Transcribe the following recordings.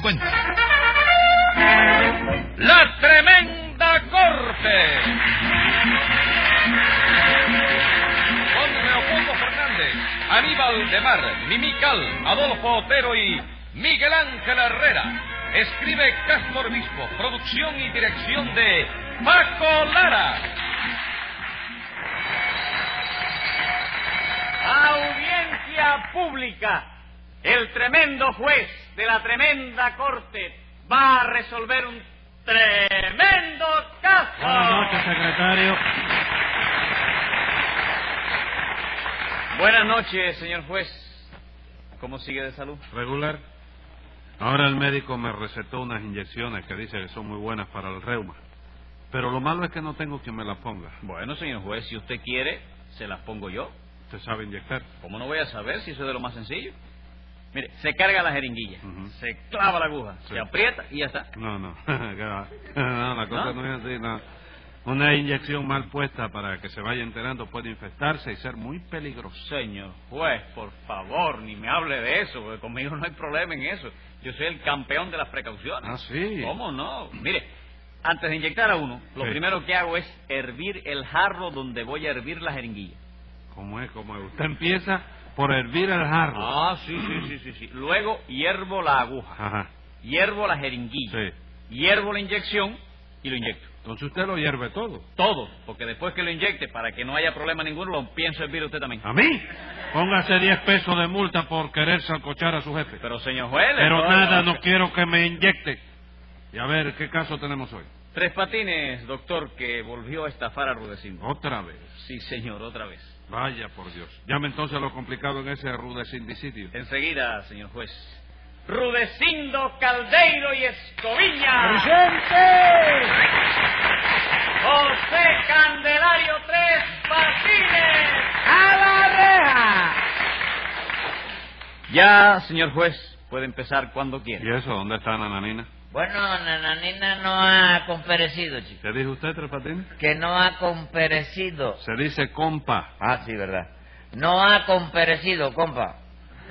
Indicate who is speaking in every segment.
Speaker 1: cuenta. La tremenda corte. Con Leopoldo Fernández, Aníbal de Mar, Mimical, Adolfo Otero y Miguel Ángel Herrera. Escribe Castro Obispo, producción y dirección de Paco Lara.
Speaker 2: Audiencia pública. El tremendo juez de la tremenda corte va a resolver un tremendo caso.
Speaker 3: Buenas noches, secretario.
Speaker 2: Buenas noches, señor juez. ¿Cómo sigue de salud?
Speaker 3: Regular. Ahora el médico me recetó unas inyecciones que dice que son muy buenas para el reuma. Pero lo malo es que no tengo quien me las ponga.
Speaker 2: Bueno, señor juez, si usted quiere, se las pongo yo.
Speaker 3: ¿Usted sabe inyectar?
Speaker 2: ¿Cómo no voy a saber si eso es de lo más sencillo? Mire, se carga la jeringuilla,
Speaker 3: Ujú.
Speaker 2: se clava la aguja,
Speaker 3: Sí.
Speaker 2: se aprieta y ya está.
Speaker 3: No, no. qué va. no la cosa
Speaker 2: ¿No?
Speaker 3: ¿No? es así, no. Una inyección mal puesta para que se vaya enterando puede infectarse y ser muy peligrosa.
Speaker 2: Señor juez, por favor, ni me hable de eso, porque conmigo no hay problema en eso. Yo soy el campeón de las precauciones.
Speaker 3: Ah, sí.
Speaker 2: ¿Cómo no? Mire, antes de inyectar a uno, lo
Speaker 3: Sí.
Speaker 2: primero que hago es hervir el jarro donde voy a hervir la jeringuilla.
Speaker 3: ¿Cómo es? ¿Cómo es? Usted empieza por hervir el jarro.
Speaker 2: Ah, sí, sí, sí, sí, sí. Luego hiervo la aguja,
Speaker 3: Ajá.
Speaker 2: hiervo la jeringuilla,
Speaker 3: Sí.
Speaker 2: hiervo la inyección y lo inyecto.
Speaker 3: Entonces usted lo hierve todo.
Speaker 2: Todo, porque después que lo inyecte, para que no haya problema ninguno, lo pienso hervir usted también.
Speaker 3: ¿A mí? Póngase 10 pesos de multa por querer salcochar a su jefe.
Speaker 2: Pero, señor juez... le
Speaker 3: Pero
Speaker 2: doy-
Speaker 3: nada, no quiero que me inyecte. Y a ver, ¿qué caso tenemos hoy?
Speaker 2: Tres patines, doctor, que volvió a estafar a Rudecindo.
Speaker 3: Otra vez.
Speaker 2: Sí, señor, otra vez.
Speaker 3: Vaya por Dios. Llame entonces a lo complicado en ese rudecindicidio.
Speaker 2: Enseguida, señor juez. Rudecindo, Caldeiro y Escobilla. José Candelario Tres Patines. ¡A la reja! Ya, señor juez, puede empezar cuando quiera.
Speaker 3: ¿Y eso? ¿Dónde está Nananina?
Speaker 4: Bueno, Nananina no ha comperecido, chico.
Speaker 3: ¿Qué dijo usted, Tres Patines?
Speaker 4: Que no ha comperecido.
Speaker 3: Se dice compa.
Speaker 4: Ah, sí, verdad. No ha comperecido, compa.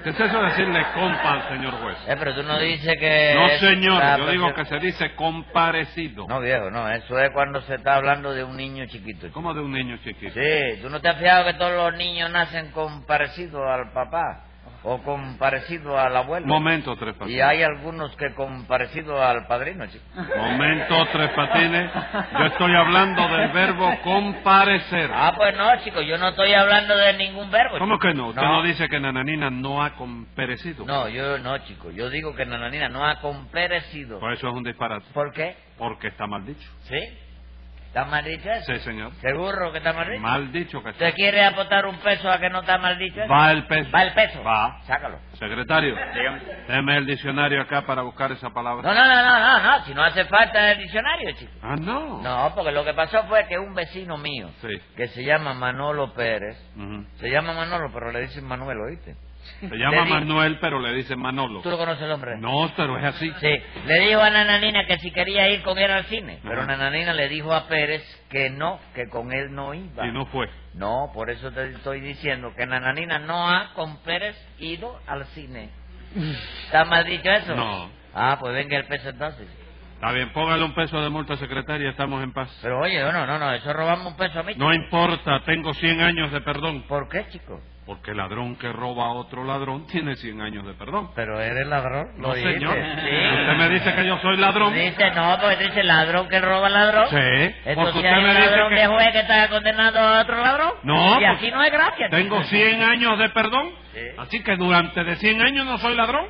Speaker 3: ¿Qué es eso de decirle compa al señor juez?
Speaker 4: Eh, pero tú no dices que...
Speaker 3: No,
Speaker 4: es-
Speaker 3: señor.
Speaker 4: Ah,
Speaker 3: Yo
Speaker 4: pues,
Speaker 3: digo
Speaker 4: eh,
Speaker 3: que se dice comparecido.
Speaker 4: No, viejo, no. Eso es cuando se está hablando de un niño chiquito. chico.
Speaker 3: Como de un niño chiquito.
Speaker 4: Sí, ¿tú no te has fijado que todos los niños nacen comparecidos al papá? O comparecido al abuelo.
Speaker 3: Momento, Tres Patines.
Speaker 4: Y hay algunos que comparecido al padrino, chico.
Speaker 3: Momento, Tres Patines. Yo estoy hablando del verbo comparecer.
Speaker 4: Ah, pues no, chico, yo no estoy hablando de ningún verbo.
Speaker 3: ¿Cómo
Speaker 4: chico.
Speaker 3: que no? Usted no. dice que Nananina no ha comperecido.
Speaker 4: No, yo no, chico. Yo digo que Nananina no ha comperecido.
Speaker 3: Por eso es un disparate.
Speaker 4: ¿Por qué?
Speaker 3: Porque está mal dicho.
Speaker 4: ¿Sí? ¿Está mal dicho eso?
Speaker 3: Sí, señor.
Speaker 4: ¿Seguro que está mal dicho?
Speaker 3: Mal dicho que está.
Speaker 4: ¿Usted quiere aportar un peso a que no está mal dicho? eso?
Speaker 3: Va el peso.
Speaker 4: ¿Va el peso?
Speaker 3: Va.
Speaker 4: Sácalo.
Speaker 3: Secretario,
Speaker 2: Dígame.
Speaker 3: déme el diccionario acá para buscar esa palabra.
Speaker 4: No, no, no, no, no, no. Si no hace falta el diccionario, chico.
Speaker 3: Ah, no.
Speaker 4: No, porque lo que pasó fue que un vecino mío,
Speaker 3: Sí.
Speaker 4: que se llama Manolo Pérez,
Speaker 3: Ujú.
Speaker 4: se llama Manolo, pero le dicen Manuel, ¿oíste?
Speaker 3: Se llama
Speaker 4: Le di-
Speaker 3: Manuel, pero le dice Manolo.
Speaker 4: ¿Tú lo conoces el hombre?
Speaker 3: No, pero es así.
Speaker 4: Sí, le dijo a Nananina que si quería ir con él al cine, pero
Speaker 3: Ajá.
Speaker 4: Nananina le dijo a Pérez que no, que con él no iba.
Speaker 3: Y no fue.
Speaker 4: No, por eso te estoy diciendo que Nananina no ha con Pérez ido al cine. ¿Está mal dicho eso?
Speaker 3: No.
Speaker 4: Ah, pues venga el peso entonces.
Speaker 3: Está bien, póngale un peso de multa, secretaria, estamos en paz.
Speaker 4: Pero oye, no, no, no, eso robamos un peso a mí.
Speaker 3: No
Speaker 4: chico.
Speaker 3: importa, tengo 100 años de perdón.
Speaker 4: ¿Por qué, chico?
Speaker 3: Porque el ladrón que roba a otro ladrón tiene 100 años de perdón.
Speaker 4: Pero eres ladrón.
Speaker 3: No,
Speaker 4: lo dijiste.
Speaker 3: señor. Usted
Speaker 4: Sí.
Speaker 3: me dice que yo soy ladrón.
Speaker 4: Dice, no, porque dice ladrón que roba ladrón.
Speaker 3: Sí, porque
Speaker 4: Entonces
Speaker 3: usted
Speaker 4: hay
Speaker 3: me
Speaker 4: un
Speaker 3: dice
Speaker 4: ladrón
Speaker 3: que-
Speaker 4: de juez que está condenado a otro ladrón.
Speaker 3: No,
Speaker 4: Y
Speaker 3: pues-
Speaker 4: aquí no hay gracia. chico.
Speaker 3: Tengo 100 años de perdón.
Speaker 4: Sí.
Speaker 3: Así que durante de 100 años no soy ladrón.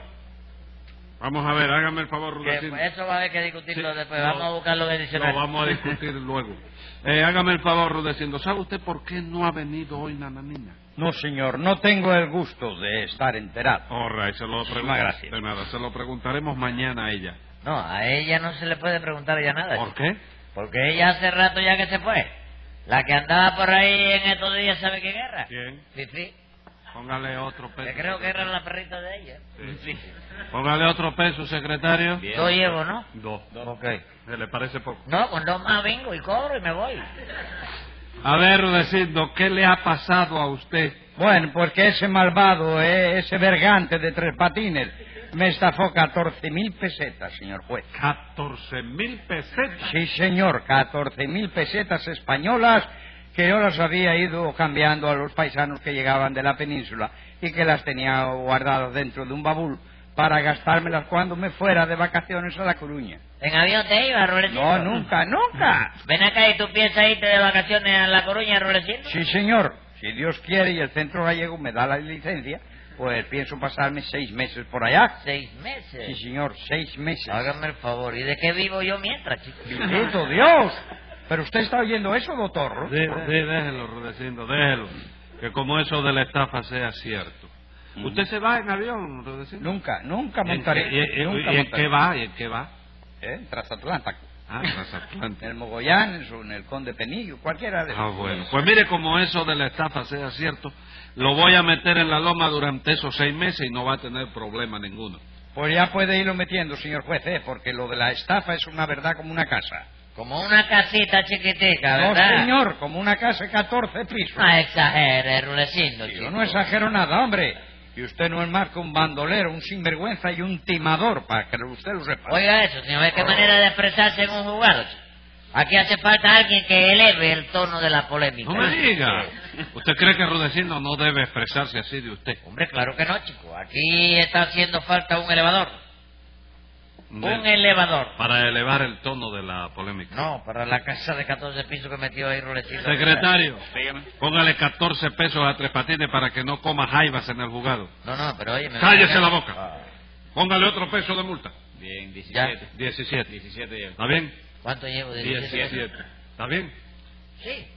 Speaker 3: Vamos a ver, hágame el favor,
Speaker 4: Que,
Speaker 3: Rudecindo.
Speaker 4: pues, eso va a haber que discutirlo
Speaker 3: Sí,
Speaker 4: después.
Speaker 3: no.
Speaker 4: vamos a buscarlo en el
Speaker 3: Lo
Speaker 4: diccionario.
Speaker 3: vamos a discutir luego. Eh, hágame el favor, Rudecindo. ¿Sabe usted por qué no ha venido hoy Nananina?
Speaker 5: No, señor, no tengo el gusto de estar enterado.
Speaker 3: Ahora, se lo
Speaker 5: Muchísimas
Speaker 3: preguntaremos.
Speaker 5: gracias.
Speaker 3: De nada, se lo preguntaremos mañana a ella.
Speaker 4: No, a ella no se le puede preguntar ya nada.
Speaker 3: ¿Por qué?
Speaker 4: Porque ella hace rato ya que se fue. La que andaba por ahí en estos días, ¿sabe quién era?
Speaker 3: ¿Quién?
Speaker 4: Fifi.
Speaker 3: Póngale otro
Speaker 4: Que
Speaker 3: peso.
Speaker 4: creo que era la perrita de ella.
Speaker 3: Sí. Póngale otro peso, secretario.
Speaker 2: Bien.
Speaker 4: Yo llevo, ¿no?
Speaker 3: Dos.
Speaker 4: Ok.
Speaker 3: ¿Le parece poco?
Speaker 4: No, con dos más vengo y cobro y me voy.
Speaker 3: A ver, Rudecindo, ¿qué le ha pasado a usted?
Speaker 5: Bueno, porque ese malvado, eh, ese vergante de tres patines, me estafó 14 mil pesetas, señor juez.
Speaker 3: 14 mil pesetas.
Speaker 5: Sí, señor, 14 mil pesetas españolas que yo las había ido cambiando a los paisanos que llegaban de la península y que las tenía guardadas dentro de un babul para gastármelas cuando me fuera de vacaciones a La Coruña.
Speaker 4: ¿En avión te ibas, Rulecito?
Speaker 5: No, nunca, nunca.
Speaker 4: Ven acá y tú piensas irte de vacaciones a La Coruña, Rulecito.
Speaker 5: Sí, señor, si Dios quiere y el centro gallego me da la licencia, pues pienso pasarme seis meses por allá.
Speaker 4: Seis meses.
Speaker 5: Sí, señor, seis meses.
Speaker 4: Hágame el favor. ¿Y de qué vivo yo mientras, chico?
Speaker 5: ¡Bendito Dios! ¿Pero usted está oyendo eso, doctor?
Speaker 3: Sí, sí, déjelo, Rudecindo, déjelo. Que como eso de la estafa sea cierto. ¿Usted se va en avión, Rudecindo?
Speaker 5: Nunca,
Speaker 3: ¿Y
Speaker 5: nunca
Speaker 3: en-
Speaker 5: montaré.
Speaker 3: ¿Y, y- y-
Speaker 5: nunca
Speaker 3: y en
Speaker 5: montaré.
Speaker 3: qué va? ¿Y en qué va?
Speaker 5: ¿Eh? Transatlántico.
Speaker 3: Ah,
Speaker 5: En el
Speaker 3: transatlántico.
Speaker 5: Mogollán, en su- en el Conde Penillo, cualquiera de
Speaker 3: Ah,
Speaker 5: esos.
Speaker 3: bueno. Pues mire, como eso de la estafa sea cierto, lo voy a meter en la loma durante esos seis meses y no va a tener problema ninguno.
Speaker 5: Pues ya puede irlo metiendo, señor juez, ¿eh? porque lo de la estafa es una verdad como una casa.
Speaker 4: Como una casita chiquitica, ¿verdad?
Speaker 5: No, señor, como una casa de 14 pisos.
Speaker 4: No exageres, Rudecindo,
Speaker 5: Sí,
Speaker 4: chico.
Speaker 5: yo no exagero nada, hombre. Y usted no es más que un bandolero, un sinvergüenza y un timador, para que usted lo sepa.
Speaker 4: Oiga eso, señor, ¿ve qué manera de expresarse en un juzgado? chico? Aquí hace falta alguien que eleve el tono de la polémica.
Speaker 3: No me diga. ¿Usted cree que Rudecindo no debe expresarse así de usted?
Speaker 4: Hombre, claro que no, chico. Aquí está haciendo falta un elevador.
Speaker 3: De-
Speaker 5: e-
Speaker 4: Un elevador.
Speaker 3: Para elevar el tono de la polémica.
Speaker 4: No, para la casa de 14 pisos que metió ahí Rulecindo.
Speaker 3: Secretario, póngale 14 pesos a Tres Patines para que no coma jaivas en el jugado.
Speaker 4: No, no, pero oye...
Speaker 3: ¡Cállese la boca!
Speaker 4: Ah.
Speaker 3: Póngale otro peso de multa.
Speaker 6: Bien, 17.
Speaker 4: Ya.
Speaker 3: 17.
Speaker 6: 17 ya.
Speaker 3: ¿Está bien?
Speaker 4: ¿Cuánto llevo?
Speaker 3: 17. ¿Está bien?
Speaker 4: Sí.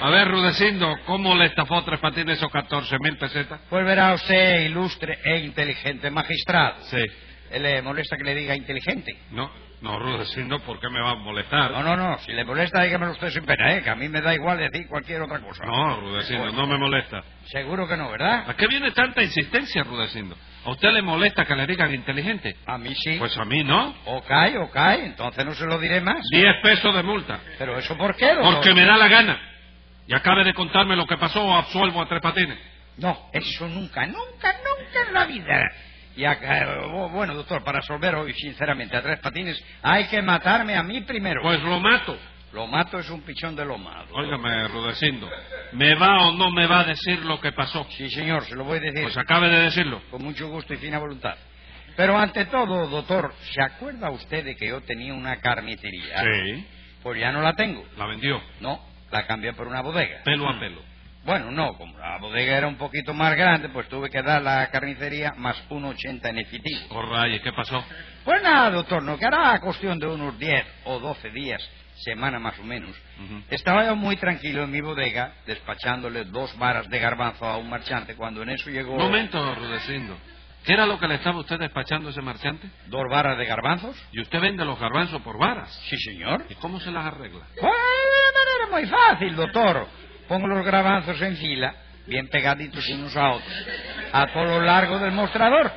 Speaker 3: A ver, Rudecindo, ¿cómo le estafó Tres Patines esos 14 mil pesetas?
Speaker 5: Pues verá usted, ilustre e inteligente magistrado.
Speaker 3: Sí.
Speaker 5: Eh, ¿Le molesta que le diga inteligente?
Speaker 3: No, no, Rudecindo, ¿por qué me va a molestar?
Speaker 5: No, no, no. Si le molesta, dígamelo usted sin pena, ¿eh? Que a mí me da igual decir cualquier otra cosa.
Speaker 3: No, Pues, Rudecindo, no me molesta.
Speaker 5: Seguro que no, ¿verdad?
Speaker 3: ¿A qué viene tanta insistencia, Rudecindo? ¿A usted le molesta que le digan inteligente?
Speaker 5: A mí sí.
Speaker 3: Pues a mí no.
Speaker 5: O cae, o cae. Entonces no se lo diré más.
Speaker 3: 10 pesos de multa.
Speaker 5: ¿Pero eso por qué, doctor?
Speaker 3: Porque me da la gana. Y acabe de contarme lo que pasó o absuelvo a Tres Patines.
Speaker 5: No, eso nunca, nunca, nunca en la vida. Y acá, bu- bueno, doctor, para resolver hoy, sinceramente, a tres patines, hay que matarme a mí primero.
Speaker 3: Pues lo mato.
Speaker 5: Lo mato es un pichón de loma. doctor.
Speaker 3: Óigame, Rudecindo. ¿Me va o no me va a decir lo que pasó?
Speaker 5: Sí, señor, se lo voy a decir
Speaker 3: Pues acabe de decirlo.
Speaker 5: con mucho gusto y fina voluntad. Pero ante todo, doctor, ¿se acuerda usted de que yo tenía una carnicería?
Speaker 3: Sí.
Speaker 5: Pues ya no la tengo.
Speaker 3: La vendió.
Speaker 5: No, la cambié por una bodega. Mm.
Speaker 3: Pelo a pelo.
Speaker 5: Bueno, no, como la bodega era un poquito más grande, pues tuve que dar la carnicería más 1,80 en efectivo.
Speaker 3: Oh, rayos, ¿qué pasó?
Speaker 5: Pues nada, doctor, no, que hará cuestión de unos 10 o 12 días, semana más o menos.
Speaker 3: Ujú.
Speaker 5: Estaba yo muy tranquilo en mi bodega, despachándole dos varas de garbanzo a un marchante, cuando en eso llegó...
Speaker 3: Un momento, Rudecindo. ¿Qué era lo que le estaba usted despachando a ese marchante?
Speaker 5: ¿Dos varas de garbanzos?
Speaker 3: Y usted vende los garbanzos por varas.
Speaker 5: Sí, señor.
Speaker 3: ¿Y cómo se las arregla?
Speaker 5: Pues de manera muy fácil, doctor. Pongo los garbanzos en fila, bien pegaditos unos a otros, a todo lo largo del mostrador.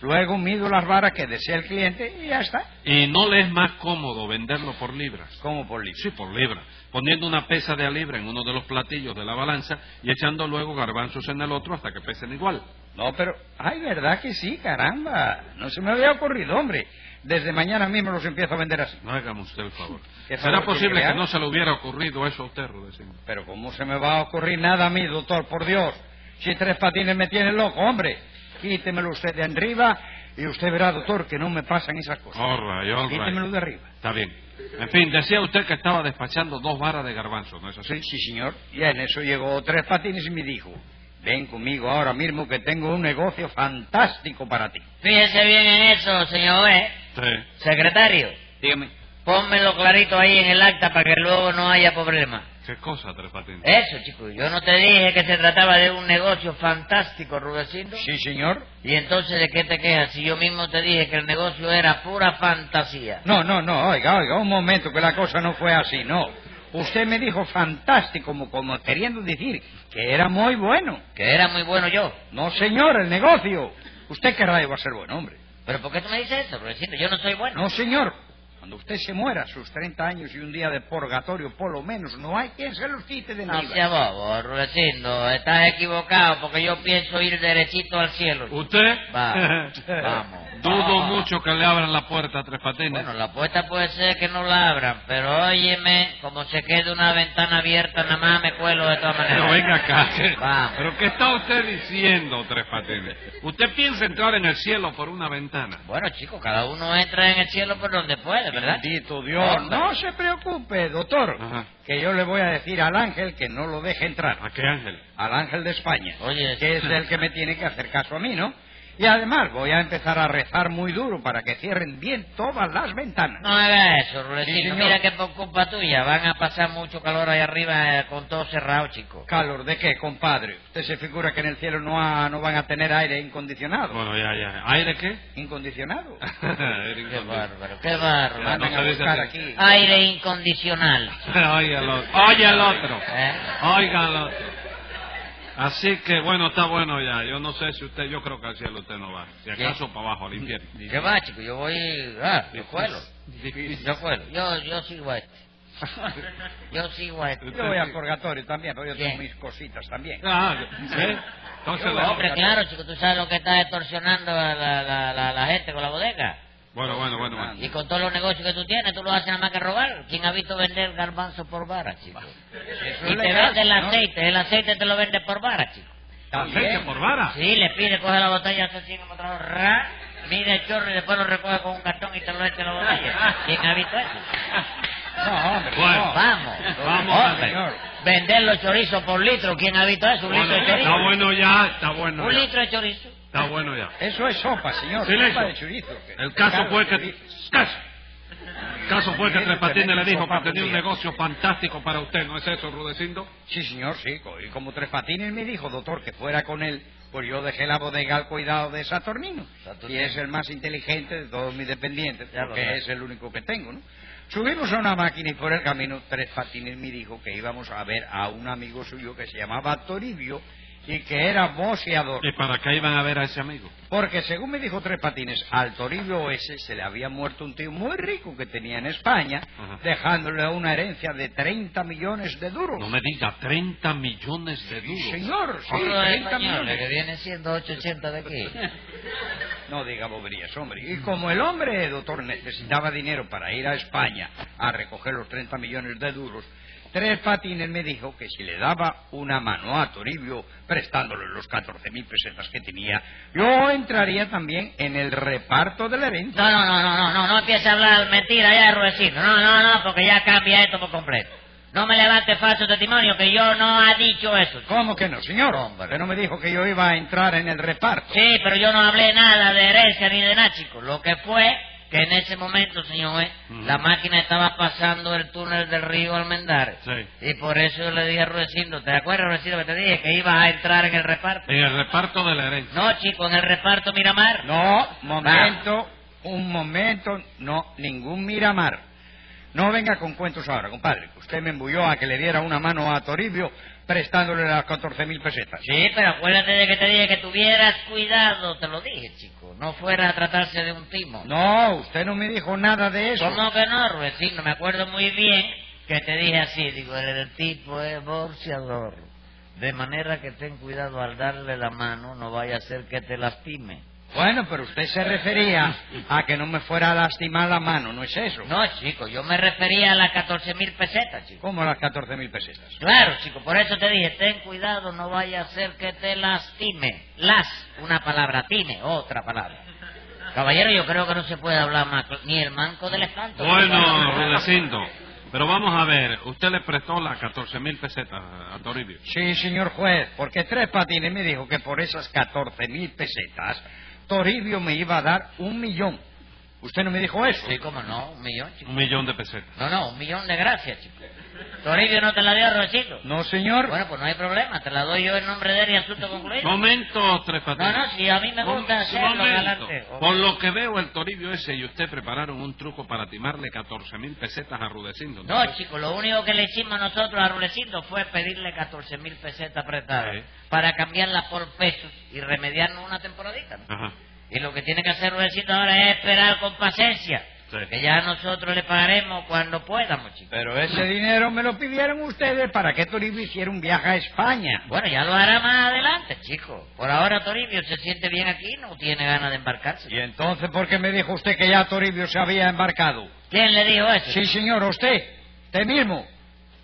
Speaker 5: Luego mido las varas que desea el cliente y ya está.
Speaker 3: ¿Y no le es más cómodo venderlo por libras?
Speaker 5: Como por libre.
Speaker 3: Sí, por libra. Poniendo una pesa de a libra en uno de los platillos de la balanza y echando luego garbanzos en el otro hasta que pesen igual.
Speaker 5: No, pero, ay, verdad que sí, caramba. No se me había ocurrido, hombre. Desde mañana mismo los empiezo a vender así.
Speaker 3: No hágame usted el favor.
Speaker 5: ¿Qué favor
Speaker 3: ¿Será
Speaker 5: quiere que
Speaker 3: posible
Speaker 5: le
Speaker 3: que
Speaker 5: haga?
Speaker 3: no se le hubiera ocurrido eso a usted, Rudecindo?
Speaker 5: Pero ¿cómo se me va a ocurrir nada a mí, doctor? Por Dios. Si tres patines me tiene loco, hombre. Quítemelo usted de arriba y usted verá, doctor, que no me pasan esas cosas.
Speaker 3: All right, all right.
Speaker 5: Pues Quítemelo de arriba.
Speaker 3: Está bien. En fin, decía usted que estaba despachando dos varas de garbanzo, ¿no es así?
Speaker 5: Sí, señor. Y en eso llegó tres patines y me dijo, ven conmigo ahora mismo que tengo un negocio fantástico para ti.
Speaker 4: Fíjese bien en eso, señor ¿eh? B.
Speaker 3: Sí.
Speaker 4: Secretario,
Speaker 6: Dígame.
Speaker 4: pónmelo clarito ahí en el acta para que luego no haya problema.
Speaker 3: ¿Qué cosa, Tres Patines?
Speaker 5: Eh,
Speaker 4: Eso, chico. Yo no te dije que se trataba de un negocio fantástico, Rudecindo.
Speaker 5: Sí, señor.
Speaker 4: Y entonces, ¿de qué te quejas? Si yo mismo te dije que el negocio era pura fantasía.
Speaker 5: No, no, no, oiga, oiga, un momento, que la cosa no fue así, no. Usted me dijo fantástico, como, como queriendo decir que era muy bueno.
Speaker 4: Que era muy bueno yo.
Speaker 5: No, señor, el negocio. ¿Usted qué rayo va a ser bueno, hombre?
Speaker 4: Pero ¿por qué tú me dices eso, Rudecindo? Yo no soy bueno.
Speaker 5: No, señor. Cuando usted se muera, sus 30 años y un día de purgatorio, por lo menos, no hay quien se los quite de
Speaker 4: No
Speaker 5: nada.
Speaker 4: sea bobo, Rudecindo, estás equivocado porque yo pienso ir derechito al cielo.
Speaker 3: ¿Usted?
Speaker 4: Vamos, vamos.
Speaker 3: Dudo
Speaker 5: Ah.
Speaker 4: vamos.
Speaker 3: mucho que le abran la puerta a Tres Patines.
Speaker 4: Bueno, la apuesta puede ser que no la abran, pero óyeme, como se quede una ventana abierta, nada más me cuelo de todas maneras.
Speaker 3: No, venga acá.
Speaker 4: Vamos.
Speaker 3: ¿Pero qué está usted diciendo, Tres Patines? ¿Usted piensa entrar en el cielo por una ventana?
Speaker 4: Bueno, chicos, cada uno entra en el cielo por donde puede, ¿verdad?
Speaker 5: Bendito Dios.
Speaker 4: Hombre.
Speaker 5: No se preocupe, doctor,
Speaker 3: Ajá.
Speaker 5: que yo le voy a decir al ángel que no lo deje entrar.
Speaker 3: ¿A qué ángel?
Speaker 5: al ángel de España,
Speaker 4: Oye,
Speaker 5: que es el que me tiene que hacer caso a mí, ¿no? Y además voy a empezar a rezar muy duro para que cierren bien todas las ventanas.
Speaker 4: No haga eso, Rudecindo.
Speaker 5: señor.
Speaker 4: Mira que por culpa tuya van a pasar mucho calor ahí arriba eh, con todo cerrado, chicos.
Speaker 5: ¿Calor de qué, compadre? ¿Usted se figura que en el cielo no, ha- no van a tener aire incondicionado?
Speaker 3: Bueno, ya, ya. ¿Aire qué?
Speaker 5: ¿Incondicionado?
Speaker 3: Aire
Speaker 4: Qué
Speaker 3: incondicionado.
Speaker 4: bárbaro, qué
Speaker 3: Ya,
Speaker 4: bárbaro.
Speaker 3: Ah, no Ah,
Speaker 5: Van a
Speaker 3: se dice
Speaker 5: buscar
Speaker 3: así.
Speaker 5: aquí.
Speaker 4: Aire incondicional.
Speaker 3: Oye el otro. Oye el otro.
Speaker 4: ¿eh?
Speaker 3: Oiga el otro. Así que, bueno, está bueno ya. Yo no sé si usted, yo creo que al cielo usted no va. Si acaso para abajo, al infierno.
Speaker 4: ¿Qué va, chico? Yo voy... Ah, yo cuelo.
Speaker 3: Difícil.
Speaker 4: Yo cuelo. Yo, yo sigo a este. Yo sigo a este.
Speaker 5: Yo voy al purgatorio también, pero yo tengo
Speaker 4: Bien.
Speaker 5: mis cositas también.
Speaker 3: Ah, ¿eh? Entonces,
Speaker 5: Yo,
Speaker 3: la-
Speaker 4: Hombre, claro, chico, tú sabes lo que está extorsionando a la, la- la- la gente con la bodega.
Speaker 3: bueno, bueno, bueno, bueno.
Speaker 4: Y con todos los negocios que tú tienes, tú lo haces nada más que robar. ¿Quién ha visto vender garbanzo por vara, chico?
Speaker 5: Eso
Speaker 4: Y te
Speaker 5: es legal,
Speaker 4: vende el
Speaker 5: ¿no?
Speaker 4: aceite, el aceite te lo vende por vara, chico.
Speaker 3: Aceite
Speaker 5: También.
Speaker 3: por vara.
Speaker 4: Sí, le pide, coge la botella así como trajo, ra, mide el chorro y después lo recoge con un cartón y te lo echa en la botella. ¿Quién ha visto eso?
Speaker 5: No, hombre,
Speaker 3: Bueno.
Speaker 5: no.
Speaker 4: Vamos,
Speaker 3: Vamos,
Speaker 4: hombre.
Speaker 5: señor.
Speaker 4: Vender los chorizos por litro, ¿quién ha visto eso? Un
Speaker 3: Bueno,
Speaker 4: litro de chorizo.
Speaker 3: está bueno ya, está bueno
Speaker 4: Un
Speaker 3: ya.
Speaker 4: litro de chorizo.
Speaker 3: Está bueno ya.
Speaker 5: Eso es sopa, señor.
Speaker 3: Silencio.
Speaker 5: Sopa de chorizo.
Speaker 3: El caso
Speaker 5: Claro,
Speaker 3: fue que...
Speaker 5: chorizo.
Speaker 3: ¡Caso! El caso fue que Tres Patines le dijo que tenía un
Speaker 5: Papá,
Speaker 3: negocio fantástico para usted, ¿no es eso, Rudecindo?
Speaker 5: Sí, señor, sí. co- Y como Tres Patines me dijo, doctor, que fuera con él, pues yo dejé la bodega al cuidado de Saturnino. Y
Speaker 4: Saturnino.
Speaker 5: es el más inteligente de todos mis dependientes,
Speaker 4: Ya lo
Speaker 5: porque
Speaker 4: sé.
Speaker 5: es el único que tengo, ¿no? Subimos a una máquina y por el camino Tres Patines me dijo que íbamos a ver a un amigo suyo que se llamaba Toribio y que era boceador.
Speaker 3: ¿Y para qué iban a ver a ese amigo?
Speaker 5: Porque según me dijo Tres Patines, al Toribio ese se le había muerto un tío muy rico que tenía en España,
Speaker 3: Ajá.
Speaker 5: dejándole una herencia de 30 millones de duros.
Speaker 3: No me diga, 30 millones de
Speaker 5: Sí,
Speaker 3: duros.
Speaker 5: señor, sí,
Speaker 4: Otro de
Speaker 5: 30
Speaker 4: españoles, que
Speaker 5: millones.
Speaker 4: viene siendo 880 de aquí.
Speaker 5: No diga boberías, hombre. Y como el hombre, doctor, necesitaba dinero para ir a España a recoger los 30 millones de duros, Tres Patines me dijo que si le daba una mano a Toribio prestándole los 14.000 pesetas que tenía, yo entraría también en el reparto del evento.
Speaker 4: No, no, no, no, no, no, no empiece a hablar mentira ya, Ruecino. No, no, no, porque ya cambia esto por completo. No me levante falso testimonio, que yo no he dicho eso.
Speaker 5: ¿Cómo que no, señor?
Speaker 4: Hombre.
Speaker 5: Pero no me dijo que yo iba a entrar en el reparto.
Speaker 4: Sí, pero yo no hablé nada de herencia ni de nada, chico. Lo que fue que en ese momento, señor, eh,
Speaker 3: Ujú.
Speaker 4: la máquina estaba pasando el túnel del río Almendares.
Speaker 3: Sí.
Speaker 4: Y por eso yo le dije a Ruecindo, ¿te acuerdas, Ruecindo, que te dije que ibas a entrar en el reparto?
Speaker 3: En el reparto de la herencia.
Speaker 4: No, chico, en el reparto Miramar.
Speaker 5: No, momento, un momento, no, ningún Miramar. No venga con cuentos ahora, compadre. que Usted me embulló a que le diera una mano a Toribio prestándole las 14.000 pesetas.
Speaker 4: Sí, pero acuérdate de que te dije que tuvieras cuidado, te lo dije, chico. No fuera a tratarse de un timo.
Speaker 5: No, usted no me dijo nada de eso.
Speaker 4: ¿Cómo que no, Ruecino? Me acuerdo muy bien que te dije así, digo, el, el tipo es boxeador. De manera que ten cuidado al darle la mano, no vaya a ser que te lastime.
Speaker 5: Bueno, pero usted se refería a que no me fuera a lastimar la mano, ¿no es eso?
Speaker 4: No, chico, yo me refería a las 14 mil pesetas, chico.
Speaker 5: ¿Cómo las 14.000 pesetas?
Speaker 4: Claro, chico, por eso te dije, ten cuidado, no vaya a ser que te lastime. Las, una palabra, time, otra palabra. Caballero, yo creo que no se puede hablar más, cl- ni el manco del espanto.
Speaker 3: Bueno, Rudecindo, pero vamos a ver, usted le prestó las 14 mil pesetas a Toribio.
Speaker 5: Sí, señor juez, porque Tres Patines me dijo que por esas 14.000 pesetas Toribio me iba a dar un millón. ¿Usted no me dijo eso?
Speaker 4: Sí, cómo no, un millón, chico.
Speaker 3: Un millón de pesetas.
Speaker 4: No, no, un millón de gracias, chico. Toribio no te la dio, Rocito.
Speaker 5: No, señor.
Speaker 4: Bueno, pues no hay problema, te la doy yo en nombre de él y asunto concluido.
Speaker 3: Momento, Tres
Speaker 4: No,
Speaker 3: Patines.
Speaker 4: no, si a mí me gusta hacerlo,
Speaker 3: Momento.
Speaker 4: adelante.
Speaker 3: Por lo que veo, el Toribio ese y usted prepararon un truco para timarle 14 mil pesetas a Rudecindo. ¿no?
Speaker 4: No, chico, lo único que le hicimos nosotros a Rulecindo fue pedirle 14 mil pesetas prestadas
Speaker 3: Sí.
Speaker 4: para cambiarlas por pesos y remediarnos una temporadita. ¿no?
Speaker 3: Ajá.
Speaker 4: Y lo que tiene que hacer Rulecindo ahora es esperar con paciencia
Speaker 3: Sí.
Speaker 4: que ya nosotros le pagaremos cuando podamos, chicos.
Speaker 5: Pero ese
Speaker 3: ¿Eh?
Speaker 5: dinero me lo pidieron ustedes para que Toribio hiciera un viaje a España.
Speaker 4: Bueno, ya lo hará más adelante, chicos. Por ahora Toribio se siente bien aquí, no tiene ganas de embarcarse.
Speaker 5: ¿Y entonces por qué me dijo usted que ya Toribio se había embarcado?
Speaker 4: ¿Quién le dijo eso?
Speaker 5: Sí, señor, a usted. Usted mismo.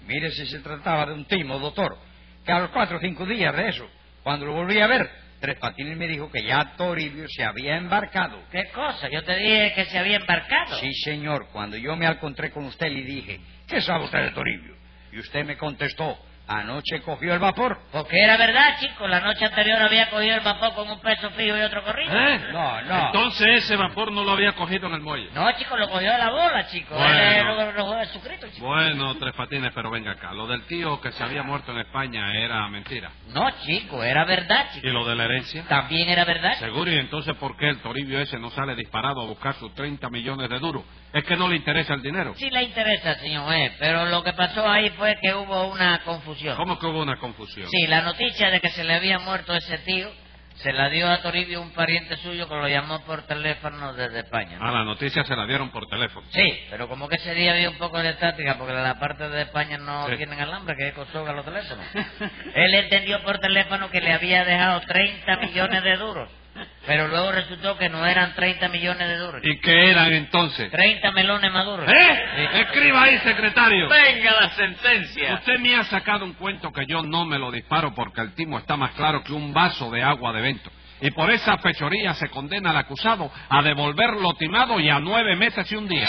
Speaker 5: Mire si se trataba de un timo, doctor. Que a los cuatro o cinco días de eso, cuando lo volví a ver, Tres Patines me dijo que ya Toribio se había embarcado.
Speaker 4: ¿Qué cosa? Yo te dije que se había embarcado.
Speaker 5: Sí, señor. Cuando yo me encontré con usted, le dije, ¿qué sabe usted de Toribio? Y usted me contestó, anoche cogió el vapor.
Speaker 4: Porque era verdad, chicos. La noche anterior había cogido el vapor con un peso fijo y otro corrido.
Speaker 5: Ah,
Speaker 3: ¿Eh?
Speaker 5: No, no.
Speaker 3: Entonces ese vapor no lo había cogido en el muelle.
Speaker 4: No, chicos, lo cogió de la bola, chicos.
Speaker 3: Bueno.
Speaker 4: Él es lo- lo cogió de Jesucristo, chicos.
Speaker 3: Bueno, Tres Patines, pero venga acá. Lo del tío que se había muerto en España era mentira.
Speaker 4: No, chicos, era verdad,
Speaker 3: ¿Y
Speaker 4: chicos.
Speaker 3: lo de la herencia?
Speaker 4: También era verdad.
Speaker 3: Seguro, y entonces ¿por qué el Toribio ese no sale disparado a buscar sus 30 millones de duros? Es que no le interesa el dinero.
Speaker 4: Sí le interesa, señor juez, pero lo que pasó ahí fue que hubo una confusión.
Speaker 3: ¿Cómo que hubo una confusión?
Speaker 4: Sí, la noticia de que se le había muerto ese tío se la dio a Toribio un pariente suyo que lo llamó por teléfono desde España. ¿no?
Speaker 3: A Ah, la noticia se la dieron por teléfono.
Speaker 4: Sí, pero como que ese día había un poco de táctica, porque la parte de España no
Speaker 3: Sí.
Speaker 4: tienen alambre, que es con soga los teléfonos. Él entendió por teléfono que le había dejado 30 millones de duros, pero luego resultó que no eran 30 millones de duros.
Speaker 3: ¿Y qué eran entonces?
Speaker 4: 30 melones maduros.
Speaker 3: ¿Eh?
Speaker 4: Sí.
Speaker 3: Escriba ahí, secretario.
Speaker 2: Venga la sentencia.
Speaker 3: Usted me ha sacado un cuento que yo no me lo disparo porque el timo está más claro que un vaso de agua de vento. Y por esa fechoría se condena al acusado a devolver lo timado y a nueve meses y un día.